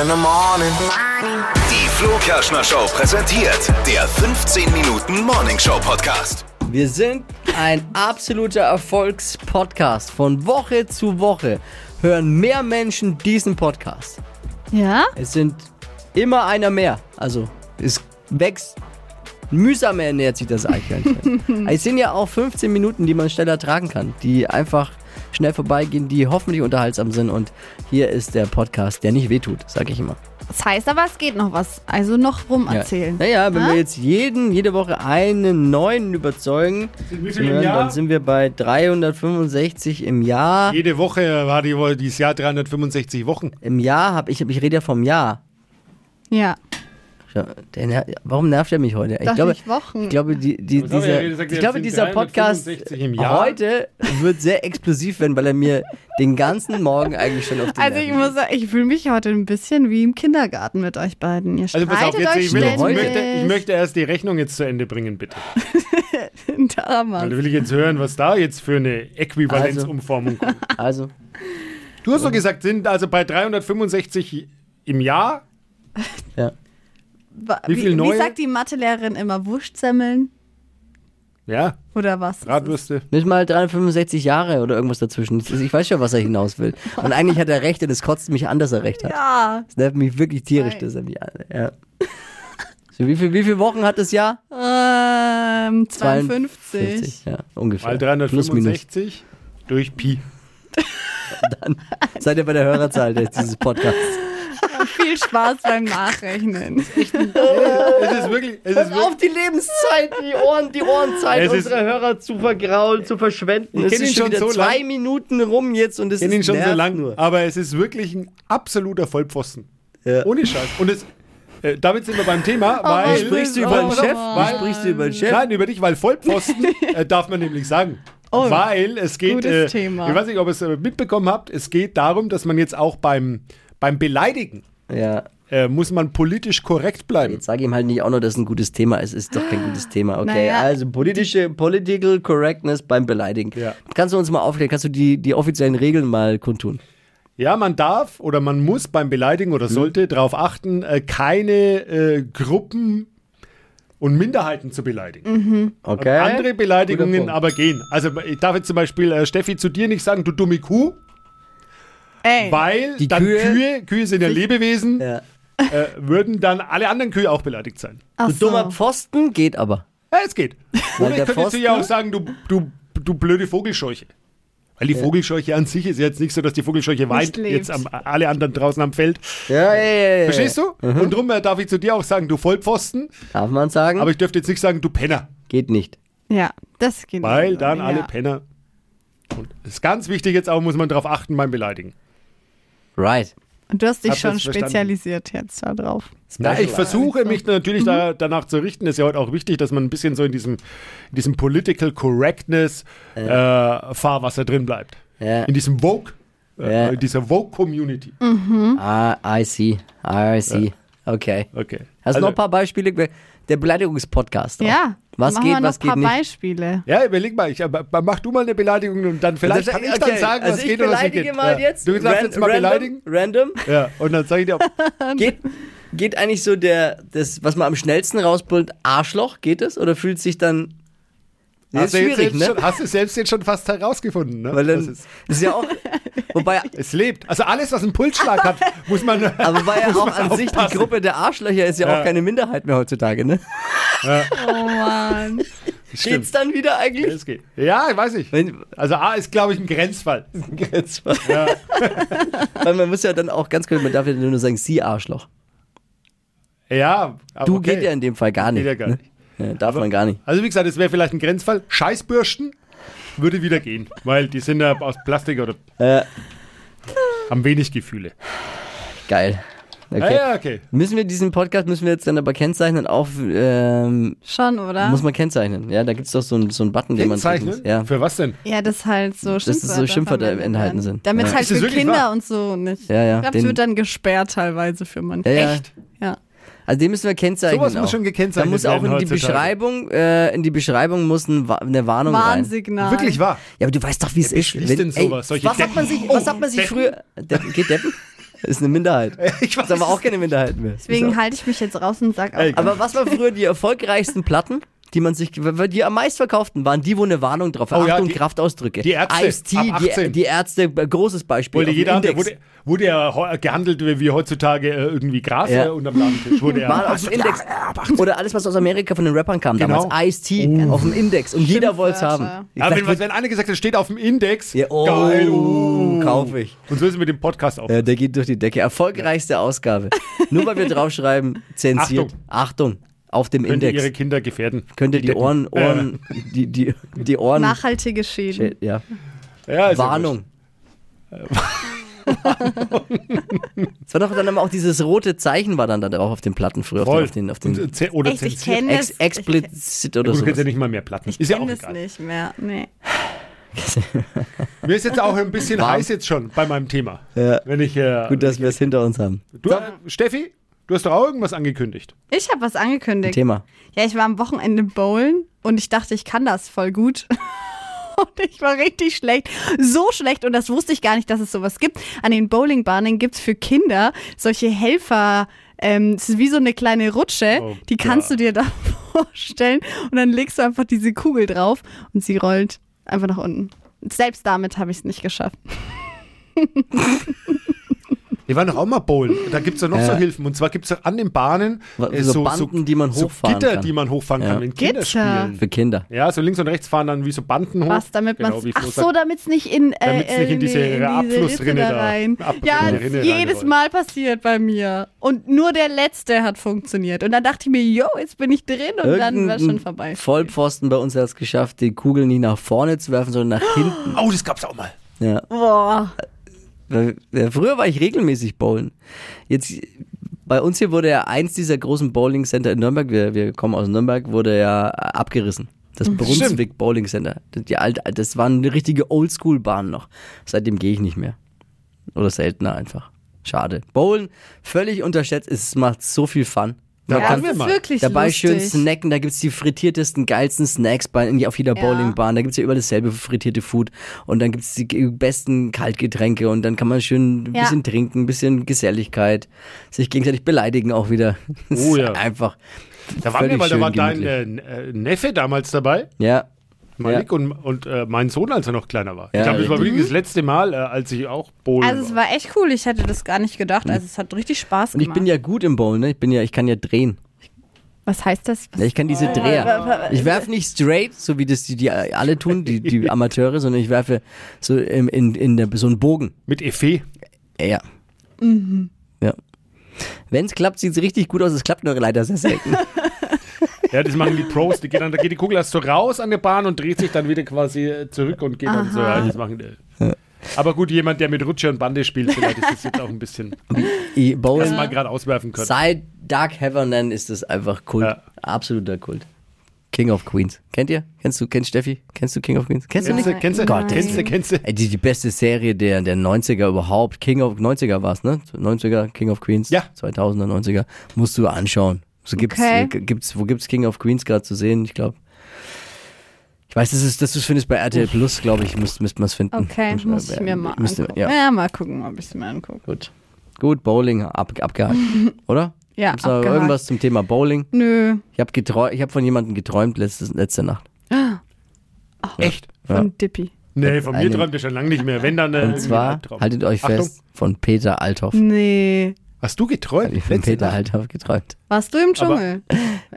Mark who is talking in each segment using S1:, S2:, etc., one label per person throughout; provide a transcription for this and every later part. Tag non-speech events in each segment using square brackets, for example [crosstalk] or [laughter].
S1: in the morning.
S2: Die Flo Kerschner Show präsentiert der 15 Minuten Morning Show Podcast.
S3: Wir sind ein absoluter Erfolgspodcast. Von Woche zu Woche hören mehr Menschen diesen Podcast.
S4: Ja?
S3: Es sind immer einer mehr. Also es wächst. Mühsam ernährt sich das Eichhörnchen. es sind ja auch 15 Minuten, die man schneller tragen kann, die einfach schnell vorbeigehen, die hoffentlich unterhaltsam sind. Und hier ist der Podcast, der nicht wehtut, sage ich immer.
S4: Das heißt aber, es geht noch was. Also noch Ne? rum erzählen.
S3: Ja. Naja, wenn
S4: Ha?
S3: wir jetzt jeden, jede Woche einen neuen überzeugen,
S5: Wie viel im
S3: hören,
S5: Jahr?
S3: dann sind wir bei 365 im Jahr.
S5: Jede Woche war die Woche dieses Jahr 365 Wochen.
S3: Im Jahr habe ich, ich rede ja vom Jahr.
S4: ja.
S3: Ja, Der, ner- warum nervt er mich heute? Ich
S4: Dachte
S3: glaube,
S4: ich Wochen.
S3: ich glaube, die, die,
S5: Was haben wir
S3: dieser,
S5: ja gesagt,
S3: ich
S5: jetzt
S3: glaube
S5: sind
S3: dieser Podcast
S5: 365 im Jahr.
S3: heute wird sehr explosiv werden, weil er mir den ganzen Morgen eigentlich schon auf den
S4: Also ich
S3: Nerven geht.
S4: muss sagen, ich fühle mich heute ein bisschen wie im Kindergarten mit euch beiden. Ihr
S5: Also pass auf,
S4: streitet
S5: jetzt,
S4: euch
S5: ich, will, ich,
S4: ständig.
S5: möchte, ich möchte erst die Rechnung jetzt zu Ende bringen, bitte. Weil da
S4: Damals.
S5: will ich jetzt hören, was da jetzt für eine
S3: [laughs]
S5: Äquivalenzumformung kommt.
S3: Also,
S5: Du hast doch gesagt, sind also bei 365 im Jahr.
S3: ja.
S4: Wa-
S5: Wie viel neue?
S4: wie sagt die Mathelehrerin immer? Wurstsemmeln
S5: Ja,
S4: oder was?
S5: Radwürste.
S3: Nicht mal 365 Jahre oder irgendwas dazwischen. Ich weiß schon, was er hinaus will. Und eigentlich hat er recht und es kotzt mich an, dass er recht hat.
S4: Ja.
S3: Das nervt mich wirklich tierisch,
S4: Nein.
S3: dass er mich an. Ja. So, wie viele wie viel Wochen hat das Jahr?
S4: Ähm, 52.
S3: 52, ja, ungefähr.
S5: Mal
S3: Plus, minus.
S5: 365 durch Pi.
S3: Seid ihr bei der Hörerzahl des- dieses [laughs] Podcasts?
S4: Viel Spaß beim
S5: [laughs]
S4: Nachrechnen.
S5: [laughs] Es ist wirklich, es ist wirklich
S3: Auf die Lebenszeit, die Ohren, die Ohrenzeit
S5: Es ist-
S3: unserer Hörer zu vergrauen, zu verschwenden.
S5: Ich
S3: Es
S5: kenn
S3: ist
S5: ihn schon
S3: wieder
S5: so
S3: zwei
S5: lang.
S3: Minuten rum jetzt und es
S5: kenne
S3: ist
S5: ihn schon so
S3: nervt
S5: lang,
S3: nur.
S5: aber es ist wirklich ein absoluter Vollpfosten.
S3: Ja.
S5: Ohne Scheiß. Und es, äh, damit sind wir beim Thema, weil.
S3: Wie sprichst du
S4: Oh,
S3: über den
S4: pass
S3: Chef?
S4: auf,
S3: Wie
S4: weil-
S3: sprichst du über den Chef?
S5: Nein, über dich,
S4: [laughs]
S5: weil Vollpfosten äh, darf man nämlich sagen.
S4: Oh,
S5: weil es geht,
S4: gutes
S5: äh,
S4: Thema.
S5: ich weiß nicht, ob ihr es äh, mitbekommen habt, es geht darum, dass man jetzt auch beim, beim Beleidigen
S3: Ja,
S5: äh, muss man politisch korrekt bleiben.
S3: jetzt sag ihm halt nicht auch noch, dass es ein gutes Thema ist. Ist doch kein gutes Thema, okay?
S4: Naja.
S3: Also politische, political correctness beim Beleidigen.
S5: Ja.
S3: Kannst du uns mal aufklären? Kannst du die, die offiziellen Regeln mal kundtun?
S5: Ja, man darf oder man muss beim Beleidigen oder
S3: Hm.
S5: sollte darauf achten, äh, keine äh, Gruppen und Minderheiten zu beleidigen.
S4: Mhm.
S3: Okay.
S5: Andere Beleidigungen
S3: Punkt.
S5: aber gehen. Also ich darf jetzt zum Beispiel äh, Steffi zu dir nicht sagen, du dumme Kuh,
S4: Ey,
S5: weil
S3: Die
S5: dann
S3: Kühe-
S5: Kühe, Kühe,
S4: [laughs]
S5: sind ja Lebewesen,
S3: Ja.
S5: äh, würden dann alle anderen Kühe auch beleidigt sein.
S4: ach
S3: Du
S4: so.
S3: dummer Pfosten geht aber.
S5: Ja, es geht.
S3: Weil
S5: Oder
S3: der
S5: ich könnte zu ihr auch
S3: Pfosten-
S5: sagen, du, du, du blöde Vogelscheuche. Weil die Vogelscheuche an sich ist jetzt nicht so, dass die Vogelscheuche weint,
S4: lebt.
S5: jetzt am, alle anderen draußen am Feld.
S3: Ja, ja, ja, ja.
S5: Verstehst du? Und drum äh, darf ich zu dir auch sagen, du Vollpfosten,
S3: Darf man sagen?
S5: aber ich dürfte jetzt nicht sagen, du Penner,
S3: geht nicht.
S4: Ja, das geht
S5: weil
S4: nicht.
S5: dann alle
S4: ja.
S5: Penner. Und ist ganz wichtig jetzt auch, muss man darauf achten beim Beleidigen.
S3: Right.
S4: Und Du hast dich
S5: Hab
S4: schon
S5: das verstanden.
S4: spezialisiert jetzt da drauf.
S5: Na, ich
S3: Specialized.
S5: versuche mich natürlich da,
S3: Mhm.
S5: danach zu richten. Ist ja heute auch wichtig, dass man ein bisschen so in diesem, in diesem Political Correctness äh, Fahrwasser drin bleibt.
S3: Ja.
S5: In diesem Vogue, äh,
S3: Ja.
S5: in dieser Vogue Community.
S3: Ah, I see. Ah, I see. Okay.
S5: Okay.
S3: Hast du
S5: Also,
S3: noch ein paar Beispiele? Der Beleidigungspodcast. auch.
S4: Ja.
S3: Was
S4: machen
S3: geht,
S4: wir noch
S3: was
S4: ein paar
S3: geht nicht?
S4: Beispiele.
S5: ja, überleg mal, ich, aber, mach du mal eine Beleidigung und dann vielleicht kann ich dann sagen, was
S3: also ich
S5: geht oder was nicht
S3: beleidige
S5: geht.
S3: mal
S5: ja.
S3: jetzt.
S5: Du darfst
S3: Ran-
S5: jetzt mal
S3: random,
S5: beleidigen.
S3: Random.
S5: Ja, und dann sage
S3: [laughs]
S5: ich dir, ob-
S3: Geht, geht eigentlich so der, das, was man am schnellsten rausbrüllt, Arschloch, geht es? Oder fühlt sich dann. Nee,
S5: hast,
S3: ist
S5: du jetzt
S3: schwierig,
S5: selbst
S3: ne?
S5: schon, hast du selbst jetzt schon fast herausgefunden. Ne?
S3: Weil
S5: Das
S3: dann,
S5: ist,
S3: das ist ja
S4: [laughs]
S3: auch. Wobei,
S5: es lebt. Also alles, was
S3: [laughs]
S5: einen Pulsschlag hat, muss man. [laughs]
S3: aber war ja
S5: muss
S3: auch
S5: man
S3: an sich die
S5: aufpassen.
S3: Gruppe der Arschlöcher ist ja, auch
S5: Ja.
S3: keine Minderheit mehr heutzutage, ne?
S4: Oh Mann.
S3: Geht's dann wieder eigentlich?
S5: Es geht. Ja, ich weiß nicht.
S3: Wenn-
S5: Also A ist, glaube ich, ein Grenzfall. [laughs]
S3: [laughs] Ja. Weil man muss ja dann auch ganz kurz, man darf ja nur sagen, sie Arschloch.
S5: Ja, aber
S3: Du
S5: okay.
S3: geht ja in dem Fall gar nicht.
S5: Geht ja gar
S3: ne?
S5: nicht.
S3: Ja, darf man gar nicht.
S5: Also wie gesagt, es wäre vielleicht ein Grenzfall. Scheißbürsten würde wieder gehen, weil die sind ja aus Plastik oder
S3: Äh,
S5: haben wenig Gefühle.
S3: geil. Okay.
S5: Ah, ja, okay.
S3: Müssen wir diesen Podcast, müssen wir jetzt dann aber kennzeichnen auf, ähm,
S4: Schon, oder?
S3: muss man kennzeichnen. Ja, da gibt's doch so einen so einen Button, den man drücken muss.
S5: Kennzeichnen?
S3: Ja.
S5: Für was denn?
S4: ja, das halt so
S3: Dass es so Schimpfwörter
S4: verwendet
S3: enthalten
S4: werden.
S3: sind.
S4: Damit
S3: Ja.
S4: halt
S5: Ist das
S4: für
S5: wirklich
S4: Kinder
S5: wahr?
S4: und so nicht.
S3: Ja, ja,
S4: Ich glaube,
S3: den-
S4: es wird dann gesperrt teilweise für manche.
S3: Ja, ja.
S5: Echt?
S4: Ja.
S3: Also den müssen wir kennzeichnen.
S5: Sowas muss
S3: auch.
S5: schon gekennzeichnet
S3: Da muss auch
S5: werden
S3: in die
S5: heutzutage.
S3: Beschreibung, äh, in die Beschreibung muss ein, Wa- eine Warnung rein.
S4: Warnsignal.
S5: Wirklich wahr. [laughs]
S3: Ja, aber du weißt doch, wie es ist.
S5: wer liest denn sowas? Solche
S3: was, hat man
S5: Deppen?
S3: sich, was
S5: Oh,
S3: hat man sich
S5: Deppen.
S3: früher. Deppen, geht Deppen? [laughs] Ist eine Minderheit.
S5: Ich weiß
S3: Ist aber auch
S5: es
S3: keine Minderheit mehr.
S4: Deswegen
S3: Ist
S4: halte ich mich jetzt raus und sag
S5: Ey,
S3: auch, aber was waren früher die erfolgreichsten Platten, die man sich, die am meisten verkauften, waren die, wo eine Warnung drauf war.
S5: Oh ja,
S3: Achtung,
S5: die-
S3: Kraftausdrücke.
S5: die Ärzte,
S3: Ice-T,
S5: ab
S3: die,
S5: 18.
S3: die Ärzte, äh, großes Beispiel.
S5: Wurde
S3: auf dem
S5: jeder andere,
S3: Index.
S5: wurde, wurde ja heu- gehandelt wie wie heutzutage äh, irgendwie Gras
S3: Ja.
S5: äh, unterm Ladentisch. Wurde
S3: [laughs] Waren
S5: er,
S3: auf dem
S5: [laughs]
S3: Index. Oder alles, was aus Amerika von den Rappern kam
S5: Genau.
S3: damals. Ice-T auf dem Index. Und jeder wollte es haben. Ich
S5: ja,
S3: dachte,
S5: wenn, was- wenn einer gesagt hat, steht auf dem Index,
S3: Ja, oh,
S5: geil, oh.
S3: kauf ich.
S5: Und so ist es mit dem Podcast auch.
S3: Ja, Äh, der geht durch die Decke. Erfolgreichste
S5: [laughs]
S3: Ausgabe. Nur weil wir draufschreiben, zensiert. Achtung, auf dem
S5: Könnte
S3: Index.
S5: ihre Kinder gefährden.
S3: Könnt ihr die
S5: Decken. [laughs]
S3: Ohren, Ohren, die, die, die Ohren.
S4: Nachhaltige Schäden.
S3: ja.
S5: Ja, ja, ist ja wurscht. [laughs]
S3: Warnung. Es war doch dann immer auch dieses rote Zeichen war dann da drauf auf den Platten früher. Auf den,
S5: Voll.
S3: auf den, auf den
S5: Und, äh, ze- oder
S4: Echt, ich
S5: zensiert.
S4: kenne
S3: Ex,
S4: das, ich
S3: explicit oder
S5: Gut, du
S3: so.
S5: kennst ja nicht mal mehr Platten. ist ja auch
S4: kenn das
S5: egal.
S4: nicht mehr. Nee.
S5: Mir ist jetzt auch ein bisschen
S3: [laughs] Warm.
S5: heiß jetzt schon bei meinem Thema.
S3: Ja.
S5: Wenn ich, äh,
S3: Gut, dass wir es hinter uns haben.
S5: du, äh, Steffi, du hast doch auch irgendwas angekündigt.
S4: Ich habe was angekündigt.
S3: Thema.
S4: Ja, ich war am Wochenende bowlen und ich dachte, ich kann das voll gut. [laughs] Und ich war richtig schlecht. So schlecht. Und das wusste ich gar nicht, dass es sowas gibt. An den Bowlingbahnen gibt es für Kinder solche Helfer. Ähm, es ist wie so eine kleine Rutsche.
S5: Oh
S4: die kannst du dir da [laughs] vorstellen. Und dann legst du einfach diese Kugel drauf und sie rollt einfach nach unten. Selbst damit habe ich es nicht geschafft.
S5: Wir waren doch auch mal bowlen. Da gibt es ja noch
S3: Ja.
S5: so Hilfen. Und zwar gibt es an den Bahnen
S3: Wa-
S5: äh,
S3: so Banden, die man
S5: so
S3: hochfahren
S5: Gitter,
S3: kann.
S5: die man hochfahren
S3: Ja.
S5: kann, wenn Kinder
S4: Gitter.
S5: spielen.
S3: Für Kinder.
S5: Ja, so links und rechts fahren dann wie so Banden hoch.
S4: Was, damit man.
S5: genau, wie
S4: ach
S5: Flo
S4: so,
S5: sagt.
S4: damit es nicht in. Äh,
S5: Damit's nicht in diese
S4: äh,
S5: Abflussrinne
S4: Ritze
S5: da-
S4: rein.
S5: Abrinne-
S4: Ja,
S5: Rinne
S4: jedes
S5: reingerollt.
S4: Mal passiert bei mir. Und nur der letzte hat funktioniert. Und dann dachte ich mir, yo, jetzt bin ich drin und dann war schon vorbei.
S3: Vollpfosten bei uns hat es geschafft, die Kugel nicht nach vorne zu werfen, sondern nach hinten.
S5: Oh, das gab's auch mal.
S3: Ja.
S4: Boah.
S3: Weil, ja, früher war ich regelmäßig bowlen. Jetzt, bei uns hier wurde ja eins dieser großen Bowling Center in Nürnberg, wir, wir kommen aus Nürnberg, wurde ja äh, abgerissen. Das Brunswick Bowling Center. Das- Die alte, das war eine richtige Oldschool-Bahn noch. Seitdem gehe ich nicht mehr. Oder seltener einfach. Schade. Bowlen, völlig unterschätzt, es macht so viel Fun. Man
S5: Ja,
S4: Ja,
S5: kann-
S4: das
S5: wir
S4: ist
S5: mal.
S4: wirklich
S3: Dabei schön
S4: lustig.
S3: snacken, da gibt's die frittiertesten, geilsten Snacks bei, in- auf jeder
S4: Ja.
S3: Bowlingbahn. Da gibt's ja überall dasselbe frittierte Food. Und dann gibt's die ge- besten Kaltgetränke und dann kann man schön ein
S4: Ja.
S3: bisschen trinken, ein bisschen Geselligkeit, sich gegenseitig beleidigen auch wieder. [laughs] Das
S5: Oh
S3: ist
S5: ja.
S3: Einfach.
S5: Da waren
S3: völlig
S5: wir, weil da
S3: schön
S5: war dein
S3: gemütlich.
S5: äh, äh, Neffe damals dabei,
S3: Ja.
S5: Malik, und, und äh, mein Sohn, als er noch kleiner war.
S3: Ja,
S5: ich glaube, das war
S3: richtig.
S5: wirklich das letzte Mal, äh, als ich auch bowlen
S4: Mhm. Also es war echt cool. Ich hätte das gar nicht gedacht. Also es hat richtig Spaß
S3: Mhm. Und
S4: gemacht.
S3: ich bin ja gut im Bowlen, ne? Ich bin ja, ich kann ja drehen.
S4: Was heißt das? Was
S3: Ja, Ich kann diese
S4: Oh,
S3: Dreher. Ich werfe nicht straight, so wie das die, die alle tun, die,
S5: [laughs]
S3: die Amateure, sondern ich werfe so in, in, in der, so einen Bogen.
S5: Mit Effet.
S3: Ja. Ja. Wenn es klappt, sieht es richtig gut aus. Es klappt nur leider sehr selten.
S5: Ja, das machen die Pros. Die geht dann, da geht die Kugel erst so raus an der Bahn und dreht sich dann wieder quasi äh, zurück und geht dann so. Ja, das machen, äh. Aber gut, jemand, der mit Rutsche und Bande spielt, vielleicht ist es jetzt auch ein
S3: [laughs]
S5: bisschen
S3: Ich Bowlen,
S5: erstmal gerade auswerfen können.
S3: seit Dark Heaven ist das einfach Kult.
S5: Ja.
S3: Absoluter Kult. King of Queens. Kennt ihr? Kennst du, kennst Steffi? Kennst du King of Queens? Kennst du
S5: Kennst
S3: nicht?
S5: du, kennst du,
S3: Gott,
S5: kennst du, kennst du?
S3: Ey, die, die beste Serie der, der 90er überhaupt. King of 90er war es, ne? 90er, King of Queens.
S5: Ja.
S3: 2000er, 90er. Musst du anschauen. So gibt's,
S4: Okay.
S3: äh, gibt's, wo gibt's King of Queens gerade zu sehen? Ich glaube. Ich weiß, das ist, das ist findest bei RTL Plus, glaube ich, müsste müsst man es finden.
S4: okay,
S3: Müsst-
S4: muss ich
S3: äh,
S4: mir mal
S3: müsste-
S4: angucken.
S3: Ja.
S4: Ja. mal gucken, ob ich es mir angucke.
S3: Gut. Gut, Bowling ab,
S4: [laughs]
S3: abgehakt, oder?
S4: Ja,
S3: Gibt's da
S4: abgehakt.
S3: irgendwas zum Thema Bowling?
S4: Nö.
S3: Ich habe ich hab von jemandem geträumt letzte, letzte Nacht.
S5: Echt?
S4: Von Dippy.
S5: Nee, von mir
S3: Eine-
S5: träumt er schon lange nicht mehr. Wenn dann. Äh,
S3: Und zwar,
S5: Albtraum.
S3: haltet euch
S5: Achtung,
S3: fest, von Peter Althoff.
S4: Nee.
S5: Hast du geträumt?
S3: Hab ich von
S5: Letzte
S3: Peter
S5: Nacht?
S3: Althoff geträumt.
S4: Warst du
S3: [laughs]
S4: im Dschungel?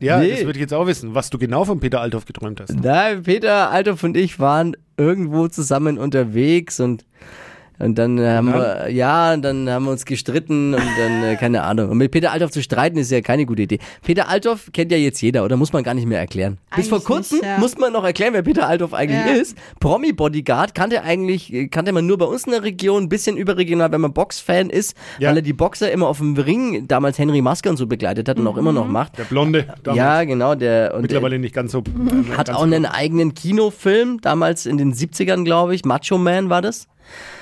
S5: Ja,
S3: Nee.
S5: das würde ich jetzt auch wissen, was du genau von Peter Althoff geträumt hast.
S3: Nein, Peter Althoff und ich waren irgendwo zusammen unterwegs und und dann haben wir, ja, und dann haben wir uns gestritten und dann, äh, keine Ahnung. Und mit Peter Althoff zu streiten ist ja keine gute Idee. Peter Althoff kennt ja jetzt jeder, oder muss man gar nicht mehr erklären. Bis vor
S4: Eigentlich
S3: kurzem
S4: nicht, ja.
S3: musste man noch erklären, wer Peter Althoff eigentlich
S4: Ja.
S3: ist. Promi-Bodyguard kannte eigentlich, äh, kannte man nur bei uns in der Region, ein bisschen überregional, wenn man Boxfan ist,
S5: Ja.
S3: weil er die Boxer immer auf dem Ring, damals Henry Maske und so begleitet hat und auch immer
S4: Mhm.
S3: noch macht.
S5: Der Blonde. damals.
S3: Ja, genau, der, und
S5: Mittlerweile nicht ganz genau.
S3: [laughs]
S5: so.
S3: hat auch einen eigenen Kinofilm, damals in den 70ern, glaube ich. Macho Man war das.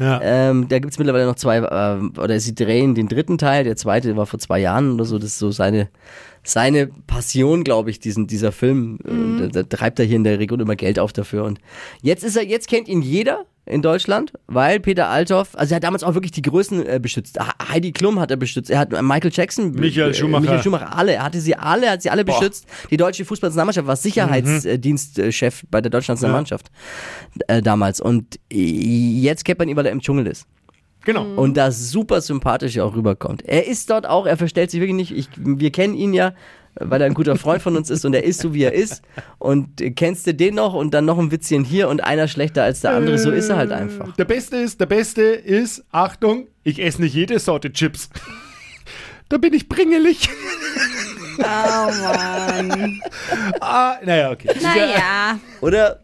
S5: Ja.
S3: Ähm, da gibt es mittlerweile noch zwei, ähm, oder sie drehen den dritten Teil, der zweite war vor zwei Jahren oder so. Das ist so seine, seine Passion, glaube ich, diesen, dieser äh, Film. Und Da, da treibt er hier in der Region immer Geld auf dafür. Und jetzt ist er, jetzt kennt ihn jeder. in Deutschland, weil Peter Althoff, also er hat damals auch wirklich die Größen äh, beschützt. Ha- Heidi Klum hat er beschützt, er hat Michael Jackson, be-
S5: Michael
S3: äh,
S5: Schumacher.
S3: Michael Schumacher, alle, er hatte sie alle, hat sie alle beschützt. Die deutsche Fußballnationalmannschaft war
S5: Mhm.
S3: Sicherheitsdienstchef bei der deutschen Nationalmannschaft äh, damals und jetzt kennt man ihn, weil er im Dschungel ist
S5: Genau.
S4: Mhm.
S3: und da super sympathisch auch rüberkommt. Er ist dort auch, er verstellt sich wirklich nicht. Ich, wir kennen ihn ja, weil er ein guter Freund von uns ist und er ist so, wie er ist. Und äh, kennst du den noch und dann noch ein Witzchen hier und einer schlechter als der andere. So ist er halt einfach.
S5: Der Beste ist, der Beste ist, Achtung, ich esse nicht jede Sorte Chips. [laughs] da bin ich bringelig.
S4: Oh Mann.
S5: [laughs] ah, naja, okay.
S4: Naja.
S3: Oder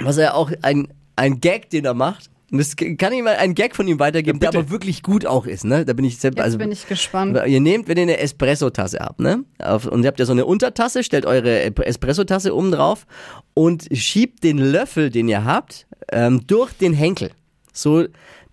S3: was er auch, ein, ein Gag, den er macht. Und das kann ich mal einen Gag von ihm weitergeben,
S5: Ja,
S3: der
S5: bitte.
S3: aber wirklich gut auch ist. Ne? Da bin ich selbst,
S4: Jetzt
S3: also,
S4: bin ich gespannt.
S3: Ihr nehmt, wenn ihr eine Espresso-Tasse habt, ne? Auf- Und ihr habt ja so eine Untertasse, stellt eure Espresso-Tasse oben drauf und schiebt den Löffel, den ihr habt, ähm, durch den Henkel. So,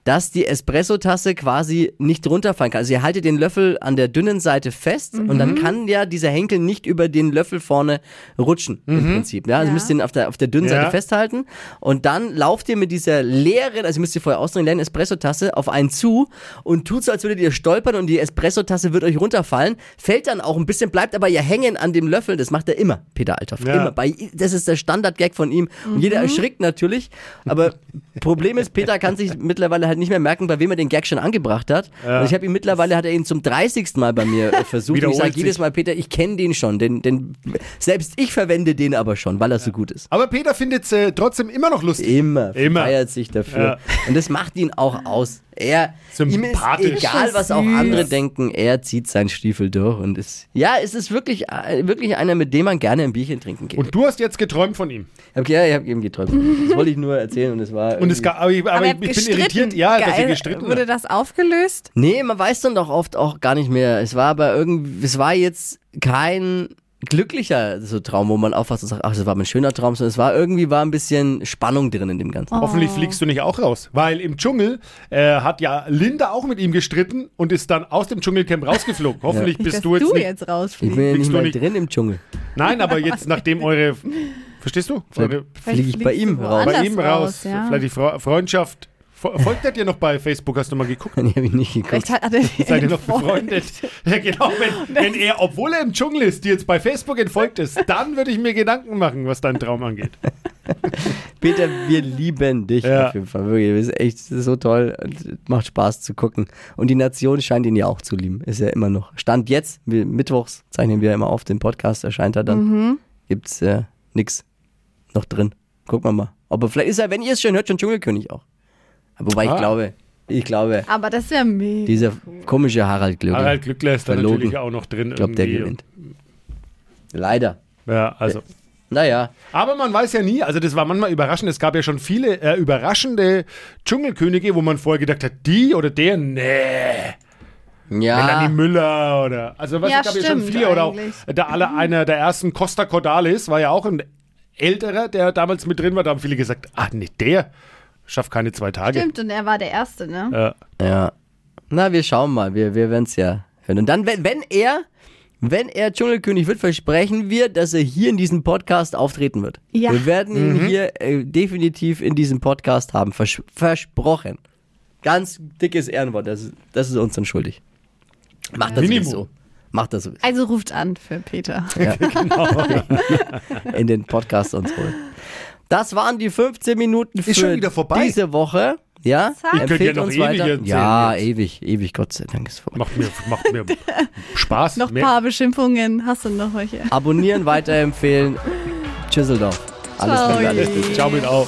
S3: dass die Espresso-Tasse quasi nicht runterfallen kann. Also ihr haltet den Löffel an der dünnen Seite fest und dann kann ja dieser Henkel nicht über den Löffel vorne rutschen, im Prinzip. Ja? Also
S4: Ja.
S3: müsst ihr ihn auf der, auf der dünnen
S5: Ja.
S3: Seite festhalten und dann lauft ihr mit dieser leeren, also ihr müsst ihr vorher ausdrücken, leeren Espresso-Tasse auf einen zu und tut so, als würdet ihr stolpern und die Espresso-Tasse wird euch runterfallen, fällt dann auch ein bisschen, bleibt aber ihr hängen an dem Löffel, das macht er immer, Peter Althoff,
S5: Ja.
S3: immer. Bei, das ist der Standard-Gag von ihm und jeder erschrickt natürlich, aber Problem ist, Peter kann sich mittlerweile halt nicht mehr merken, bei wem er den Gag schon angebracht hat und ich habe ihn mittlerweile, hat er ihn zum 30. Mal bei mir
S5: [laughs]
S3: äh, versucht und ich
S5: Wiederholt
S3: sage jedes
S5: sich.
S3: Mal, Peter, ich kenne den schon, den, den, selbst ich verwende den aber schon, weil er so gut ist.
S5: Aber Peter findet es äh, trotzdem immer noch lustig.
S3: Immer,
S5: Immer.
S3: feiert sich dafür.
S5: Ja.
S3: Und das macht ihn auch aus. Er
S5: Sympathisch.
S3: Ihm ist egal,
S4: Ist das
S3: was auch
S4: süß.
S3: andere denken, er zieht seinen Stiefel durch und ist. Ja, es ist wirklich, äh, wirklich einer, mit dem man gerne ein Bierchen trinken geht.
S5: Und du hast jetzt geträumt von ihm.
S3: ich hab, ja, ich habe eben geträumt. Das wollte ich nur erzählen und es war.
S5: Und
S3: irgendwie-
S5: es, ga- aber ich, aber
S4: Aber
S5: ich,
S4: ihr habt
S5: ich bin
S4: gestritten.
S5: irritiert, ja, dass ihr
S4: Geil.
S5: gestritten
S4: Wurde
S5: habt.
S4: das aufgelöst?
S3: Nee, man weiß dann doch oft auch gar nicht mehr. Es war aber irgendwie, es war jetzt kein glücklicher so Traum, wo man aufwacht und sagt, ach, das war mein schöner Traum, sondern es war irgendwie war ein bisschen Spannung drin in dem Ganzen.
S5: Hoffentlich
S4: Oh.
S5: fliegst du nicht auch raus. Weil im Dschungel äh, hat ja Linda auch mit ihm gestritten und ist dann aus dem dschungelcamp
S3: [laughs]
S5: rausgeflogen. Hoffentlich
S4: Nicht,
S5: bist
S4: dass
S5: du jetzt. nicht,
S4: jetzt
S3: Ich bin
S4: rausfliegst.
S3: ja
S5: Fliegst
S3: nicht
S5: du
S3: mehr
S5: nicht-
S3: drin im Dschungel. [laughs]
S5: Nein, aber jetzt, nachdem eure. Verstehst du? Eure,
S3: Fliege ich
S4: Vielleicht
S3: bei
S4: fliegst
S3: ihm
S4: du
S3: raus.
S5: bei
S4: Anders
S5: ihm raus.
S4: raus, ja.
S5: Vielleicht die Fre Freundschaft. Fo- Folgt er dir noch bei Facebook? Hast du mal geguckt?
S3: Nee, hab ich nicht geguckt.
S4: Vielleicht hat
S5: [laughs]
S4: hat er die
S5: Seid ihr noch
S4: entfolgt.
S5: befreundet? Ja, genau.
S3: [laughs]
S5: Wenn, wenn er, obwohl er im Dschungel ist, dir jetzt bei Facebook entfolgt ist, dann würde ich mir Gedanken machen, was deinen Traum angeht.
S3: Peter, wir lieben dich
S5: Ja.
S3: auf jeden Fall. Wirklich, du bist echt das ist so toll und macht Spaß zu gucken. Und die Nation scheint ihn ja auch zu lieben. Ist ja immer noch. Stand jetzt, wir, mittwochs zeichnen wir immer auf den Podcast, erscheint er dann. Gibt's äh, nix noch drin. Gucken wir mal. Aber vielleicht ist er, wenn ihr es schon hört, schon Dschungelkönig auch. Wobei
S5: Ah.
S3: ich glaube, ich glaube,
S4: Aber das wäre mega.
S3: dieser komische Harald Glöckler,
S5: Harald Glückler ist da
S3: Verlogen.
S5: natürlich auch noch drin.
S3: ich glaube, der
S5: irgendwie.
S3: gewinnt. Leider.
S5: Ja, also.
S3: Naja,
S5: Aber man weiß ja nie, also das war manchmal überraschend. Es gab ja schon viele äh, überraschende Dschungelkönige, wo man vorher gedacht hat, die oder der, nee. Melanie
S3: ja.
S5: Müller oder. Also was
S4: Ja,
S5: es gab ja schon
S4: stimmt
S5: viele oder auch
S4: eigentlich.
S5: der aller, einer der ersten Costa Cordalis war ja auch ein älterer, der damals mit drin war. Da haben viele gesagt, ah nee, der schafft keine zwei Tage.
S4: Stimmt, und er war der Erste, ne?
S5: Äh,
S3: Ja. Na, wir schauen mal. Wir, wir werden es ja hören. Und dann, wenn, wenn er, wenn er Dschungelkönig wird, versprechen wir, dass er hier in diesem Podcast auftreten wird.
S4: Ja.
S3: Wir werden
S5: Mhm.
S3: ihn hier äh, definitiv in diesem Podcast haben. Vers versprochen. Ganz dickes Ehrenwort. Das, ist- das ist uns dann schuldig. Macht das
S5: Minimum.
S3: sowieso. Macht das sowieso.
S4: Also ruft an für Peter.
S3: In den Podcast uns holen. Das waren die 15 Minuten für
S5: Ist schon wieder vorbei?
S3: diese Woche. Ja,
S4: Zack. Ihr
S5: könnt
S3: Empfehlt
S5: ja noch
S3: uns
S5: ewig
S3: weiter.
S5: erzählen
S3: Ja,
S5: jetzt.
S3: ewig, ewig, Gott sei Dank ist vorbei.
S5: Macht mir, macht
S4: [laughs]
S5: mir Spaß.
S4: Noch ein
S5: Mehr-
S4: paar Beschimpfungen hast du noch welche.
S3: Abonnieren, weiterempfehlen. Tschüsseldorf. Alles
S4: Ciao,
S3: Gute, alles
S4: ihr
S3: Gute.
S5: Ciao mit auf.